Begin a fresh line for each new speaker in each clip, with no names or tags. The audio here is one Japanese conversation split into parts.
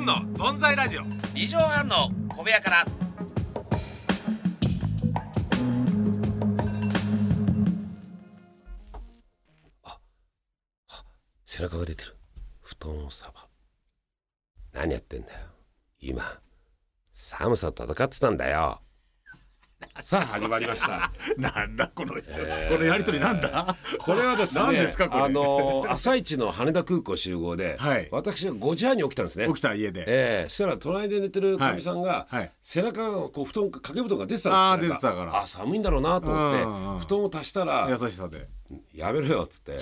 の存在ラジオ
二畳半の小部屋から
背中が出てる布団をさば何やってんだよ今寒さと戦ってたんだ よさあ始まりました
なんだこの、このやりとりなんだ
これはですね
何ですかこれ
あのー朝一の羽田空港集合で、
はい
私が5時半に起きたんですね
起きた家で、
ええそしたら隣で寝てるかみさんが、
はいはい
背中がこう布団掛け布団が出てたんです背中
あー出てたから
あ寒いんだろうなと思
うんうん
って布団を足したら
優しさで
やめろよっつって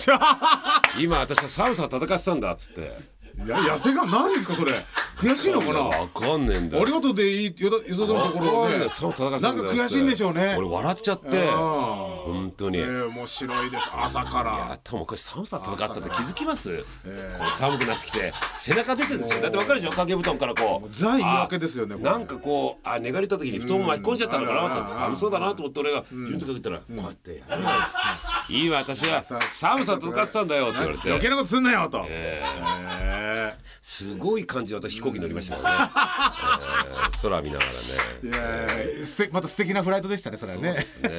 今私は寒さと戦ってたんだっつって
いや痩せが何ですかそれ悔しいのかな
わかんねえんだよ
ありがとうでいいよだよさそうなところ
わかんな
ね
いそう戦ってただよ
なんか悔しいんでしょうね
俺笑っちゃって本当に、
えー、面白いです朝から
あ多分これ寒さと戦ってたって気づきます、こう寒くなってきて背中出てるんですよだってわかるでしょ掛け布団からこう
在意明けですよね
あ
これ
なんかこうあ寝がりた時に布団を巻き込んじゃったのか
う
なんと思って寒そうだなと思って俺が順とかけたら、こうやってやるよ「いいわ私は寒さと戦ってたんだよ」って言われ
余計
て
なことすんなよと、え
すごい感じで私飛行機乗りました からね、えー空見ながらね
ーいやいやすてまた素敵なフライトでしたねそれはね
ですね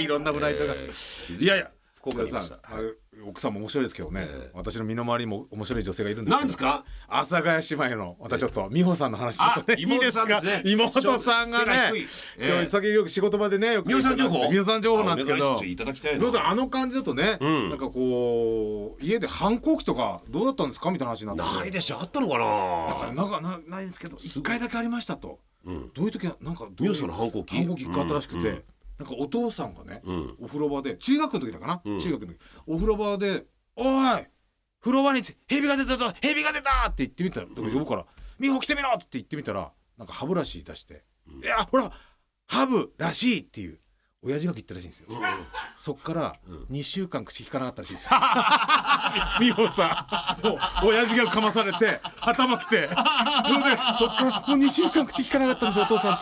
いろんなフライトが、
えー
いやいや
福岡にいました
皆さんあの奥さんも面白いですけどね、私の身の回りも面白い女性がいるんですけど
何ですか
阿佐ヶ谷姉妹のまたちょっと美穂さんの話ちょっとね
あ
いいですか
妹さんですね
妹さんがね
背が低いええ
今日先よく仕事場でねよく
美穂さん情報
美穂さん情報なんですけ
あお
ど
願いしいただきたいな
美穂さんあの感じだとね、
ん
なんかこう家で反抗期とかどうだったんですかみたいな話になって
ないでしょあったのかな
なんかなないんですけど一回だけありましたと、
ん
どういう時ななんかど
美
うい
穂
う
さんの反抗期
反抗期があったらしくて、
うんうん
なんかお父さんがね、
うん
お風呂場で中学の時だかな、
うん
中学の時お風呂場で「おい風呂場に蛇が出たぞ蛇が出た!」って言ってみたらだから呼ぶから「美穂来てみろ!」って言ってみたらなんか歯ブラシ出して「いやほら歯ブらしい!」っていう親父が言ったらしいんですよ、そっから2週間口引かなかったらしいですよ 美穂さんもう親父がかまされて頭きてそれでそっからもう2週間口引かなかったんですよお父さん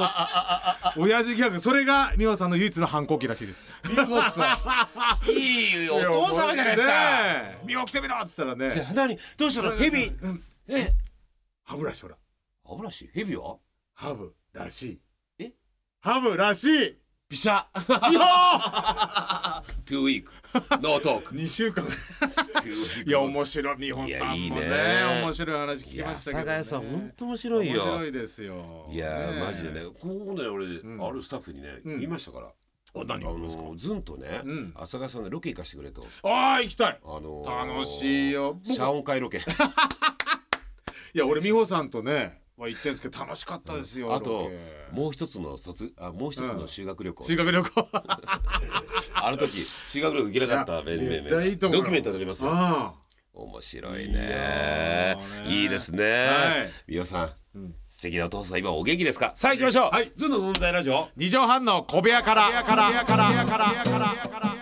と。親父ギャグそれが美穂さんの唯一の反抗期らしいです美穂さ
いい
ん
お父様じゃないですか
美穂来てみろって言ったらね
何どうしたのヘビ
うん
え
歯ブラシほら
歯ブラシヘビは
歯ブらしい
え
歯ブらしい
ピシャ
いや
トゥーウィークノートーク
2週間いや面白い美穂さんもね
いやいいね
面白い話聞きま
や
し
さ
たけどね
がやさん本当面白いよ
面白いですよ
いやー
え
マジでねここね俺あるスタッフにね
ん
言いましたから
お何
あのずんとね
うん
朝川さんでロケ行かしてくれと
ああ行きたい
あのー
楽しいよ僕
謝恩会ロケ
いや俺美穂さんとねは行ってんですけど楽しかったですよ
あと
ロケ
もう一つの卒あもう一つの修学旅行
修学 旅行
あの時修学旅行行けなかった
いや
面々
絶対いいと思う
ドキュメントになりますよ
あ
面白い
いいよ
ね
ーね
いいですね、
はい
美代さん、
ん
素敵なお父さん今お元気ですかさあ行きましょう、
はい
ずんの存在ラジオ
二畳半の小部屋から。小部屋から。小部屋から。小部屋から。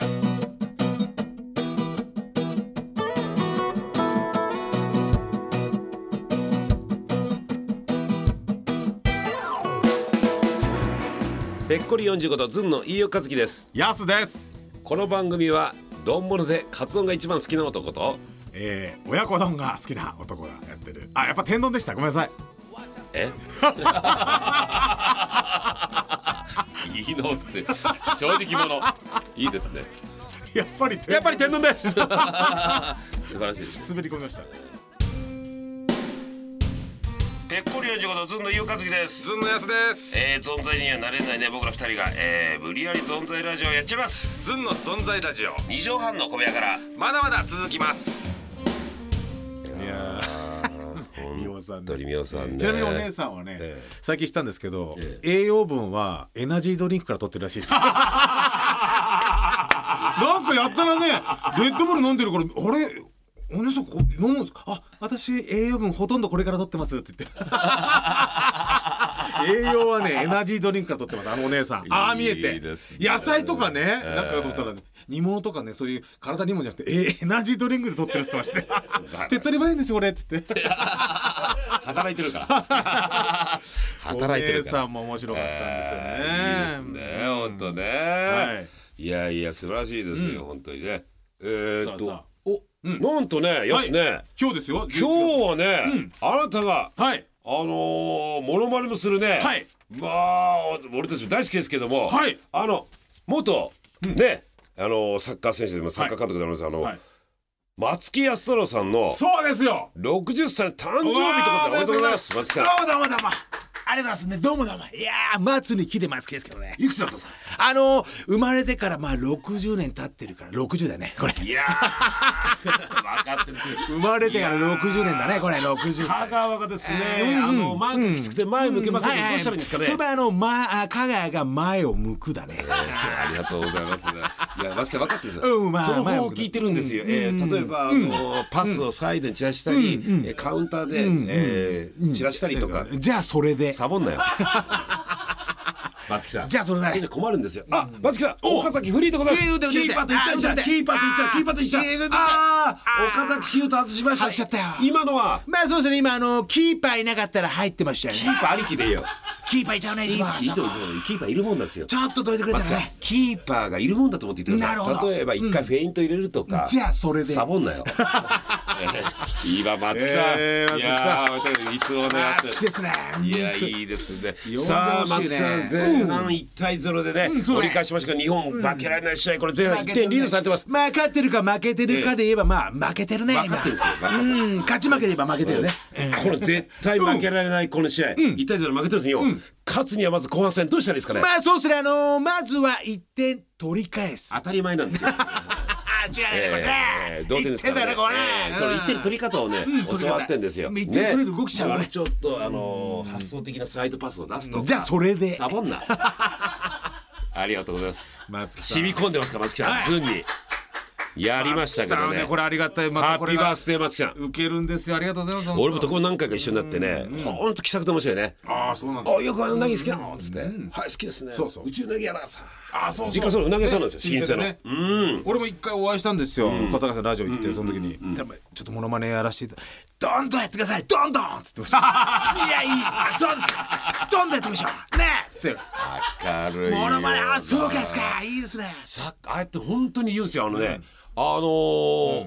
ぺっこり45とずんの飯尾和樹です
やすです。
この番組はどんものでカツオが一番好きな男と
えー、親子丼が好きな男がやってる。あ、やっぱ天丼でした。ごめんなさい。
えいいのっつって正直者いいですね
やっぱり天
やっぱり天丼です 素晴らしいです
滑り込みました。
ぺっこり45とずんの飯尾和樹です
ずんのやすです。
えー、存在にはなれないね僕ら二人が、えー、無理やり存在ラジオをやっちゃいます
ずんの存在ラジオ。
二畳半の小部屋から
まだまだ続きます。いや
本
美穂さんね
当に美穂さんね
ちなみにお 姉さんはね、
え
最近したんですけど、
え
栄養分はエナジードリンクから取ってるらしいで すなんかやったらねレッドブル飲んでるからあれお姉さんこ飲むんですかあ私栄養分ほとんどこれから取ってますって 言って栄養はねエナジードリンクから取ってますあのお姉さんああ見えて
いいですね
野菜とかね、なんかと思ったら、ね、煮物とかねそういう体にもじゃなくて、えエナジードリンクで取ってるって言ってまして手っ取り早いんですよ俺って言って
働いてるから働いてる
お姉さ
から
んも面白かった
えーいいですね
んですよね。
本当ね、、
はい
やいや素晴らしいですよ、本当にねえー、っと
さあさあ
お、
うん
なんとねやすね、
今日ですよ。
今
11
日はね、あなたが
月はい。
あのー、モノマネもするね。
はい。
まあ、俺たちも大好きですけども。
はい
あの、元、ね、あのーサッカー選手でもサッカー監督でもあります、あの、
はい
松木安太郎さんの
そうですよ
60歳誕生日ってことでおめでとうございます。松木さん。
どうもどうもどうもありがとうございますねどうもどうもいやー松に木で松木ですけどねいくつだったんですかあの生まれてからまあ60年経ってるから60だねこれ
いやー、分かってる。
生まれてから60年だねこれ60
香
歳
川がですね、
うん
あの、マークきつくて前向けませんけど、
はい
ど
は
うしたらいいんですかね。
それはあの、ま、あ香川が前を向くだね
ありがとうございます。いや、マスケ分かってるんですよ。
うんまあ
その方を聞いてるんですよ。えー例えば、あの、パスをサイドに散らしたり、えーカウンターで、えー散らしたりとか。
じゃあそれで
サボんな よ。松木さん。
じゃあそれだ
みんな困るんですよ。あ、松木さん、岡崎フリーでございます。
えー打て
キ
る打てる
ーパーと一対
あー打
一
て
だ。
る
キーパーと一対一だ。キーパーと一
あー
対
打
一
てる
だ。ああ、岡崎シュート外しました。
外しちゃったよ
今のは。
まあそうですね今あのキーパーいなかったら入ってましたよ
キ
ね
ーパーありきでいいよ。
キーパーいちゃうねい
キ
つ
ー
も
パー、いつもキーパーいるもんなんですよ。
ちょっとどいてくれた
松木
ら
さん
ね
キーパーがいるもんだと思って言ってく
な
だ
る
さ
ほ
い。
ど
例えば一回フェイント入れるとか。
じゃあそれで
サボんなよ。いいわ松木さん。
えー
いやーいつもねや
あ
っ
好
て
きですね
いやいいですね。
んでほしいね
さあ松木さん前半一対ゼロでね、
んそうね
折り返しましたが日本負けられない試合これ前半一点リードされてます。
まあ勝ってるか負けてるかで言えばまあ負けてるね
分かってるんですよ分かってる
うん勝ち負けで言えば負けてるね
これ絶対負けられないこの試合、一対ゼロ負けてるんですよ。勝つにはまず後半戦どうしたらいいですかね。
まあそうですねあのーまずは1点取り返す
当たり前なん ですよ。
あ違う
えー同点ですからね。えーその一点取り方をね
うん、取り方
教わってんですよ。
一点取れる動きしちゃうわね
もちょっとあのー発想的なサイドパスを出すとか。
じゃあそれで
サボん な。ありがとうございます。
松木
染み込んでますか松木さ
は
ん。
い
ズンにやりましたけどね。
これありがたいま
ハ
たこ
ッ
れ
ピー
が
バースデー松木さん。
受けるんですよありがとうございます
俺も特番何回か一緒になってね、ほんと気さくと面白いね。
ああそうなんです
あ、よくあのうなぎ好きなのつって、はい、好きですね。
そうそう
宇宙うなぎやなさ。
ああそう
実家そのうなぎ屋さんなんですよ、
ね
新鮮の。
老舗
う
の
ん。
俺も一回お会いしたんですよ小坂さんラジオ行ってその時に多分ちょっとモノマネやらせていたどんどんやってくだ さいどんどんっつってましたいやいいあそうですかどんどんやってみましょうねえって
明るいよな。
モノマネあそうかですかいいですね
さああやって本当に言うんですよあのね、あのー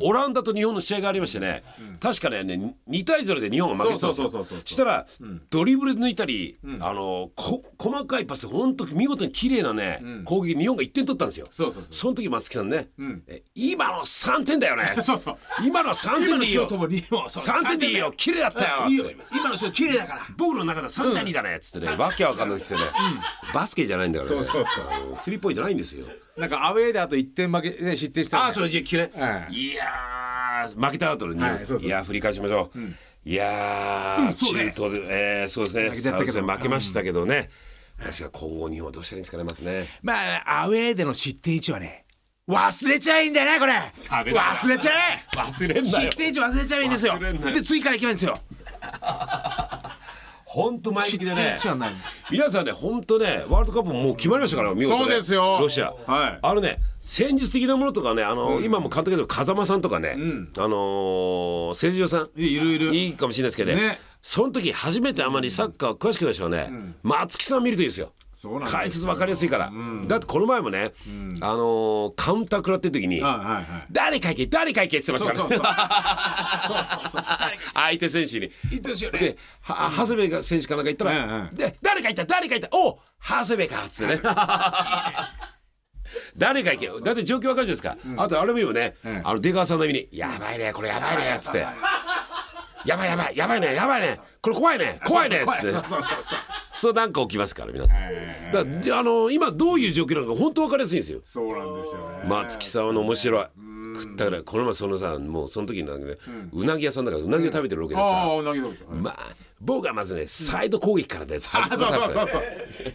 オランダと日本の試合がありましてね、確かねね2対0で日本が負けてたんです
そう
よ
そうそうそうそう
したら、ドリブル抜いたり、あのーこ細かいパスで本当に見事に綺麗なね、攻撃日本が1点取ったんですよ
そうそうそう
その時松木さんね、
ん
え今の3点だよね
そうそう
今の3
今
点
の
でいい
シュー
よ
トも2も
3点でいいよ綺麗だったよ
いい
つ
よ
って
今のシュート綺麗だから
僕の中では3対2だねっつってね、わけわかんないっつってね、バスケじゃないんだからね
そうそうそう
あのスリーポイントないんですよ
なんかアウェーであと1点負けで失点した
あ
んで
あ、そう、実況ね
え。え
いやー、負けた後の日本
はいそうそう
いやー、振り返しましょう。いやー、
そうね
中東で、えー、そうです
負
ね。
けちゃ
サ
っ
ウ
た
ジ
けど
負けましたけどね。確か今後日本はどうしたらいいんですかね、まずね。
まあアウェーでの失点1はね忘れちゃえいいんだよねこれ
ダメだ
忘れちゃえ
忘れんなよ
失。点1忘れちゃえばいいんですよ
忘れんなよ
で次からいけばいいんですよ
本当前向きでね
失点。1はない
皆さんね、本当ね、ワールドカップももう決まりましたから、見事ね
そうですよ
ロシア。
はい
あのね、戦術的なものとかね、あの今も監督の風間さんとかね、あのー、政治上さん。
いるいる
いいかもしれないですけどね
ね
その時初めてあまりサッカー詳しくない人はね、松木さん見るといいですよ
そうなんですよ
解説分かりやすいから、だってこの前もね、あのーカウンター食らってる時に
はいはいはい
「誰か行け誰か行け」って言ってましたからね
そうそう誰か
相手選手に。
言ってほしいよね
で、は長谷部選手かなんか行ったら、
うんうん
で誰かいた誰かいたおう長谷部かっつってね。 誰か行けよだって状況わかるじゃないですか、あとあれもいいよね、
ん
あの出川さんの意味に「やばいねこれやばいね」っつって「やばいやばいやばいねやばいねこれ怖いね怖いね」っ
怖い
て
そうそうそうそう
そうなんか起きますから皆さんだからであの今どういう状況なのか本当わかりやすいんですよ
そうなんですよね
松木さんは面白い食ったからこの前そのさもうその時なんかね、うなぎ屋さんだからうなぎを食べてるロケでさ、
ああうなぎどうぞ
まあ僕はまずねサイド攻撃からです。
あそうそうそうそう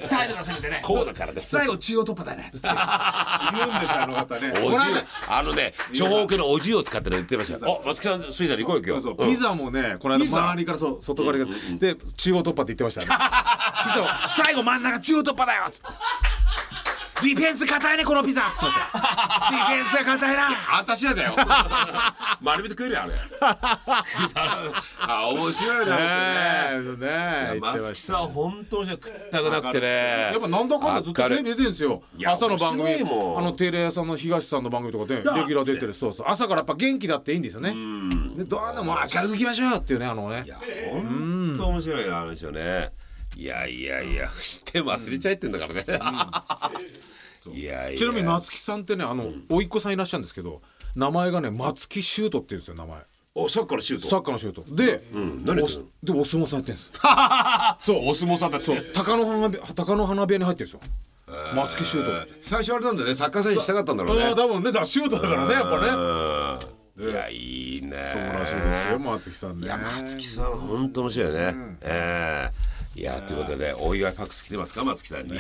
サイドが攻めてね
コーナーからです
最後中央突破だねつって言うんですよあの方ね
お
こ
じ
の
ゅ
間
うあのね長方形のおじゅうを使ってね言ってましたよ。あ松木さんスペシャル行こうよ
そう
今日。
ピザもねこの間
ピザ
周りからそう外側からで中央突破って言ってましたねピザを最後真ん中中央突破だよっつってディフェンス硬いねこのピザっつってましたよディフェンスが硬いな
私だよ。丸めて食えるよあ れ。あ面白いな面白いね。
ねえ
松木さん本当じゃ食ったくなくてね。
やっぱなんだかんだずっとテレビ出てるんですよ
いや
朝の番組
面白いもん
あのテレ朝の東さんの番組とかでレギ
だ
ュラー出てるそうそう朝からやっぱ元気だっていいんですよねでどうでも明るくいきましょうっていうねあのね
いや本本当面白いな話をねいやいやい やして忘れちゃいってんだからね、 いやいや
ちなみに松木さんってねあの甥っ子さんいらっしゃるんですけど名前がね松木修斗って言うんですよ名前
おサッカーのシュート
サッカーの修斗で、
ん何やってんの
おでもお相撲さんやって るんです
お相撲さんだって
そう鷹の花部鷹の花部屋に入ってるんですよ松木修斗
最初あれなんだねサッカー選手したかったんだろう
ああ
ね
多分ねだから修斗だからねやっぱね
うんいやいいね
そうらしいですよ松木さんね
いや松木さん本当面白いよね、ええいやということでお祝いファックス来てますか松木さんに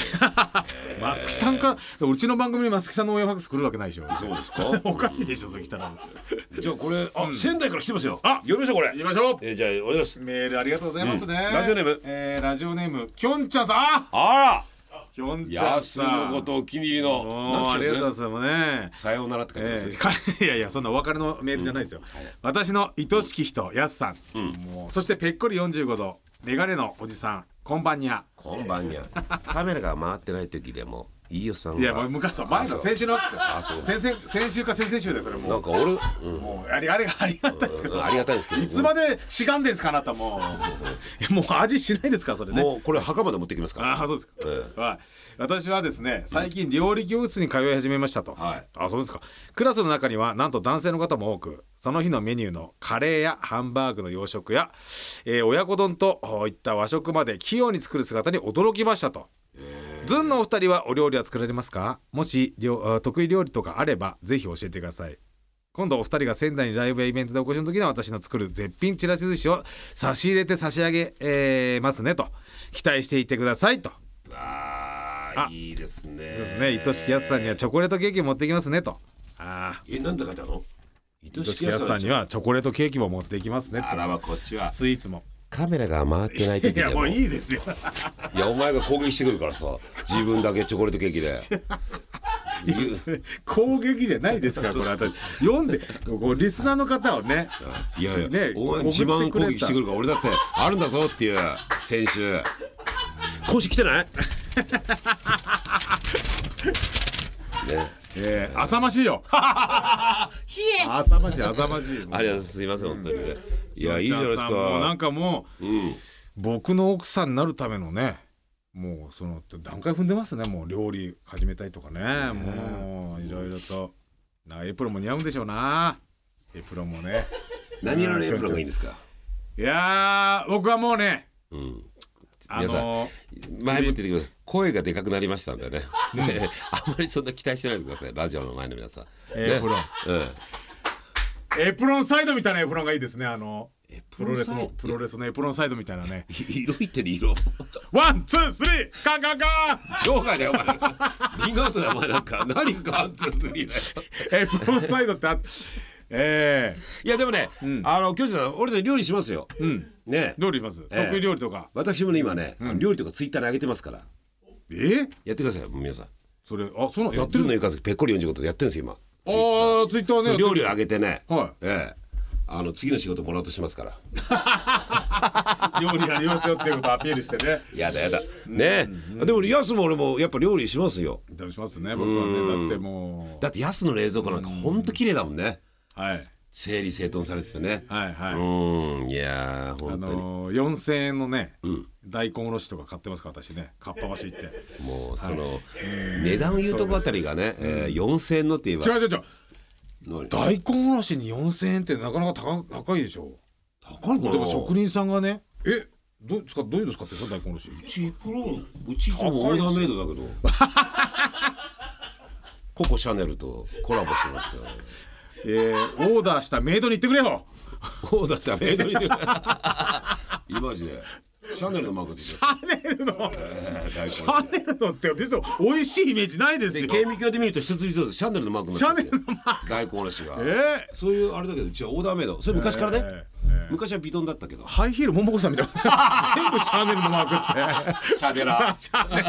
松木さんからでもうちの番組に松木さんの応援ファックス来るわけないでしょ
そうですか
おかしいでしょそれ来たら
じゃあこれあ、仙台から来てますよ
あ
読みましょうこれ
行きましょう
えーじゃあお願いします
メールありがとうございますね、
うんラジオネーム
えーラジオネームきょんちゃんさんあ
あ
きょんち
ら
ゃん
安
さ
の
ん
ことお気に入りの
お
なん
ー
て来
あり
て
がとう
ま
ご
す
ざいますね
さようならって書いてます
えーいやいやそんなお別れのメールじゃないですよ、私の愛しき人やすさん、もうそしてぺっこり45度メガネのおじさんこんばんにゃ
こんばんにゃカメラが回ってない時でも飯尾さんが
いやもう昔は前の先週のやつ
あそう
ですよ先々先週か先々週でそれも
な
うん
か俺、うん、
もうあれあれがありがたいですけ
うん
ど
ありがたいですけど
いつまでしがんでんすかあなたもういやもう味しないですからそれね
もうこれ墓まで持ってきますから
ああそうですか、
え
はい私はですね最近料理教室に通い始めましたと、
はい
あそうですかクラスの中にはなんと男性の方も多くその日のメニューのカレーやハンバーグの洋食や、えー親子丼とおいった和食まで器用に作る姿に驚きましたとずんのお二人はお料理は作られますかもし料あ得意料理とかあればぜひ教えてください今度お二人が仙台にライブやイベントでお越しの時には私の作る絶品ちらし寿司を差し入れて差し上げ、えーますねと期待していてくださいと
あ
あ
ーいいですね
ですね愛しきやすさんにはチョコレートケーキ持ってきますねとあ
えなんだかだの
ー
愛
愛しきやすさんにはチョコレートケーキも持っていきますね
あ
と
らまこっちは
スイーツも
カメラが回ってない時
い
で
やも
も
う
い
いいですよ
やお前が攻撃してくるからさ自分だけチョコレートケーキ で言う
それ攻撃じゃないですからこれ私読んでこうリスナーの方 をね
いやいや、
ね
お前
送って
自慢
くれ
攻
た
撃してくるから俺だってあるんだぞっていう先週講師来てないね
えー浅ましいよ浅ましい浅ましい
ありがとうございますすいません本当にねいやいいじゃないです
お茶さんもな
か
んかもう
うん
僕の奥さんになるためのねもうその段階踏んでますねもう料理始めたりとかねもういろいろとなエプロンも似合うんでしょうなエプロンもね
何色のエプロンがいいんですか
いやー僕はもうね
うん
あの
前もって言ってください声がでかくなりましたんでねねあんまりそんな期待しないでくださいラジオの前の皆さん
エプロン
ンうん
エプロンサイドみたいなエプロンがいいですねあの
エプ
プ
ロ
ロ
ン
レス
サイド
のプロレスのエプロンサイドみたいなね
色いってる色
ワンツースリーカンカンカン
場外だよお前リンガースだよお前なんか何かワンツースリーだよ
エプロンサイドってあっえ
いやでもね、
ん
あの巨人さん俺たち料理しますよ、
えうん
ね
料理します、
ええ
得意料理とか
私もね今ね、料理とかツイッターに上げてますから
え
やってください皆さん
それあそのや
や
っ
ってて
る
る
の
のゆかずきぺっこり45とやってるんですよ今
ああツイッター
そ
ね
う料理を上げてね、
は
ええあの次の仕事もらおうとしてますから
料理やりますよっていうことをアピールしてね。
やだやだね、でもヤスも俺もやっぱ料理しますよ
どうしますね、僕はね、だっても
だってヤスの冷蔵庫なんかほんと綺麗だもんね
う。はい。
整理整頓されててね、
はいは
う
い。
ーんいやー
あ
本当に、
のー、4000円のね、
ん
大根おろしとか買ってますから私ねかっぱ橋行って
もうその、値段言うとこあたりがね、えー、4000円のって言え
違
ば
う違う違う
何
大根おろしに4000円ってなかなか高高いでしょ
高いかな
でも職人さんがねえどう使どういうの使ってるんですか大根おろし
うちいくらうちいくらもオーダーメイドだけど ココシャネルとコラボしてもらって
えー、オーダーしたメイドに行ってくれよ
オーダーしたメイド にイマジでシャネルのマークついて
パネルの
る
シャネルのって別に美味しいイメージないです
で
よ
顕微鏡で見ると一つ一つシャネルのマークになってるんですよ
シャネルのマ
大根おろしが
えー、
そういうあれだけどうちはオーダーメイドそれ昔からね、
ええ
昔はビトンだったけど
ハイヒールももこさん みたいな全部シャネルのマークって
シャデラ
シャネル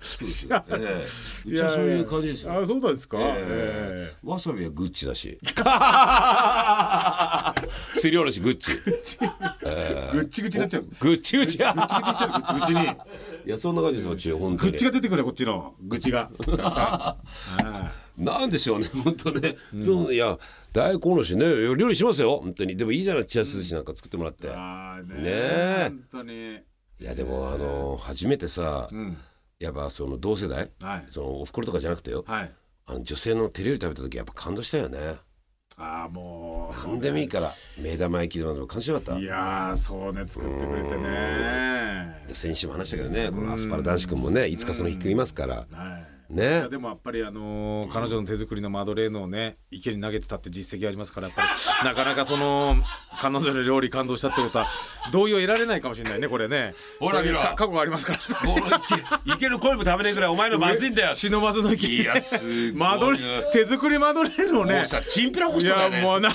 そうですよ、ええう
い
ち
や
は そういう感じですよ
あそうなんですか、
え
え
えわさびはグッチだしすりおろしグッチ
えぐっちぐちになっちゃうぐっ
グッチグチや
ちぐちにしちゃうぐっちぐちに
いやそんな感じですようち本当
ぐっ
に
ちが出てくるこっちのぐちがさあ
なんでしょうね本当ね、そういや大根おろしねいや料理しますよ本当にでもいいじゃないチラシ寿司なんか作ってもらって、
ああね
ねえ
本当に
いやでもあの初めてさ、
うん
やっぱその同世代
はい
そのおふくろとかじゃなくてよ
はい
あの女性の手料理食べた時やっぱ感動したよね
ああもうそうね
何でもいいから目玉焼きのなんでも感謝だった
いやーそうね作ってくれてね
で先週も話したけどねこのアスパラ男子くんもねいつかその日食いますから
はいい
ね
やでもやっぱりあのー彼女の手作りのマドレーヌをね池に投げてたって実績がありますからやっぱり なかなかその彼女の料理感動したってことは同意を得られないかもしれないねこれね
ほら見ろ
そういうか過去がありますから
もういけい ける声も食べねえぐらいお前のまずいん だよ
忍ばずの
い
池
やすごい
マドレーヌ手作りマドレーヌを
も
ね
うさチンピラホ
い
ストだ
や
よね
もうな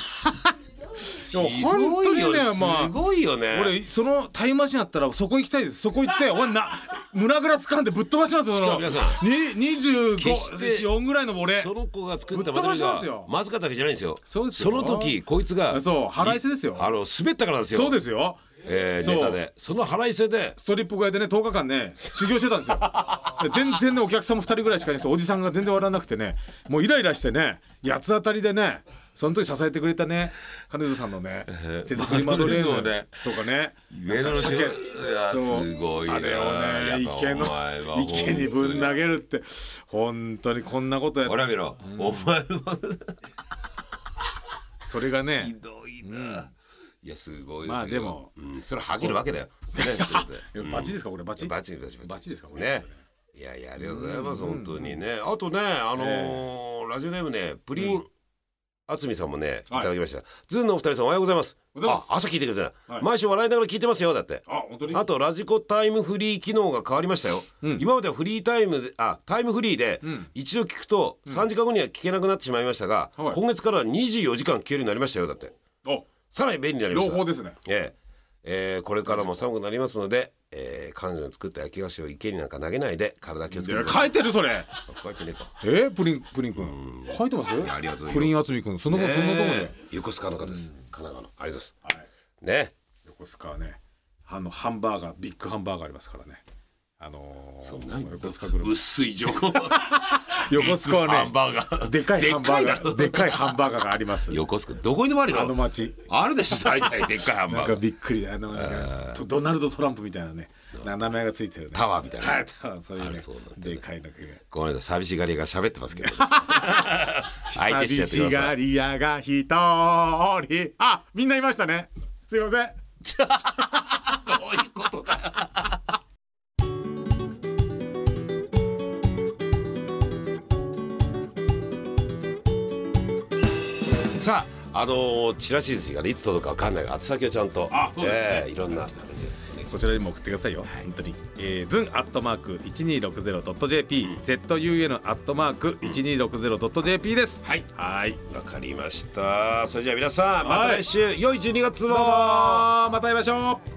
でも本当にねまあ
すごいよね
俺そのタイムマシンあったらそこ行きたいですそこ行って俺な胸ぐら掴んでぶっ飛ばしますよ
し
そ
かも
の
皆さ決して
2524ぐらいの俺
その子が作っ
ぶ
た
っ
マ
飛
ドレ
ばしま
ー
す
ヌ
よ
がまずかったわけじゃないんですよ
そうですよ
の時こいつが
そう腹いせですよ
あの滑ったからですよ
そうですよ
えー
そう
ネタでその腹いせで
ストリップ小屋でね10日間ね修行してたんです よで全然ねお客さんも2人ぐらいしかいなくておじさんが全然笑わなくてねもうイライラしてね八つ当たりでねその時支えてくれたね彼女さんのね手作りマドレー
マドレーヌをね
ヌとかね
上野の
鮭
いや
そう
すごいね
あれを
や
ね
っぱ
池の
お前は本当
池にぶん投げるって本当にこんなことやっ
ほら見ろ、お前の
それがね
ひどいな、いやすごいですよ
まあでも
うん、それはげるわけだよ、ね、ということで
えバチですかこれバチ
バチバチバチ
バチですかこれ
ねいやいやありがとうございます、本当にねあとねあのーラジオネームねプリン、渥美さんもねいただきました、ズンのお二人さんおはようございます
おはようございます
あ朝聞いてくれてた、
はい
毎週笑いながら聞いてますよだって
あ本当に
あとラジコタイムフリー機能が変わりましたよ、
うん
今まではフリータイムであタイムフリーで
うん
一度聞くと3時間後には聞けなくなってしまいましたが、
はい
今月から24時間聞けるようになりましたよだって
お
さらに便利になりま
両
した
方ですね
えええーこれからも寒くなりますので、えー彼女の作った焼き菓子を池になんか投げないで体気をつ
い
けて
や
くださ
書
い
いてるそれ
書いてねえか
えプリンプリンくん書いてます
やありがとうございます
プリン渥美くんそんなことそんなとこで
ねえ横須賀の方です、神奈川のありがとうござい
は
ま
い
すね
横須賀はねあのハンバーガービッグハンバーガーありますからねあのー
そんなに
横須賀グループ
薄い情報
横須賀
ハ
は
ン
ね
バーガー
でかいハンバーガ
でっかい
ーでかいハンバーガーがあります
横須賀どこにでもあるよ
あの町
あるでしょ大体でっかいハン
な
バ
ん
ーガ
か
ー
びっくりだあのなんかとドナルド・トランプみたいなねな名前がついてるね
タワーみたいな
はいタワーそういう
あれ
ね
そうなんだよね
でかいのが
ごめんなさい寂しがり屋が喋ってますけ ど相手してやっ
寂
て
し
くださ
が
い
り屋が一人あみんないましたねすいません
どういうことださああのーチラシ寿司がねいつ届くかわかんないが厚先をちゃんと
あそうですね
ええいろんな形で
こちらにも送ってくださいよ、本当に、えー、ズンアットマーク 1260.jp、ZUN アットマーク 1260.jp です、
はい
はい
わかりましたそれじゃあ皆さんまた
は
来
い
週、良い12月を
どうもーまた会いましょう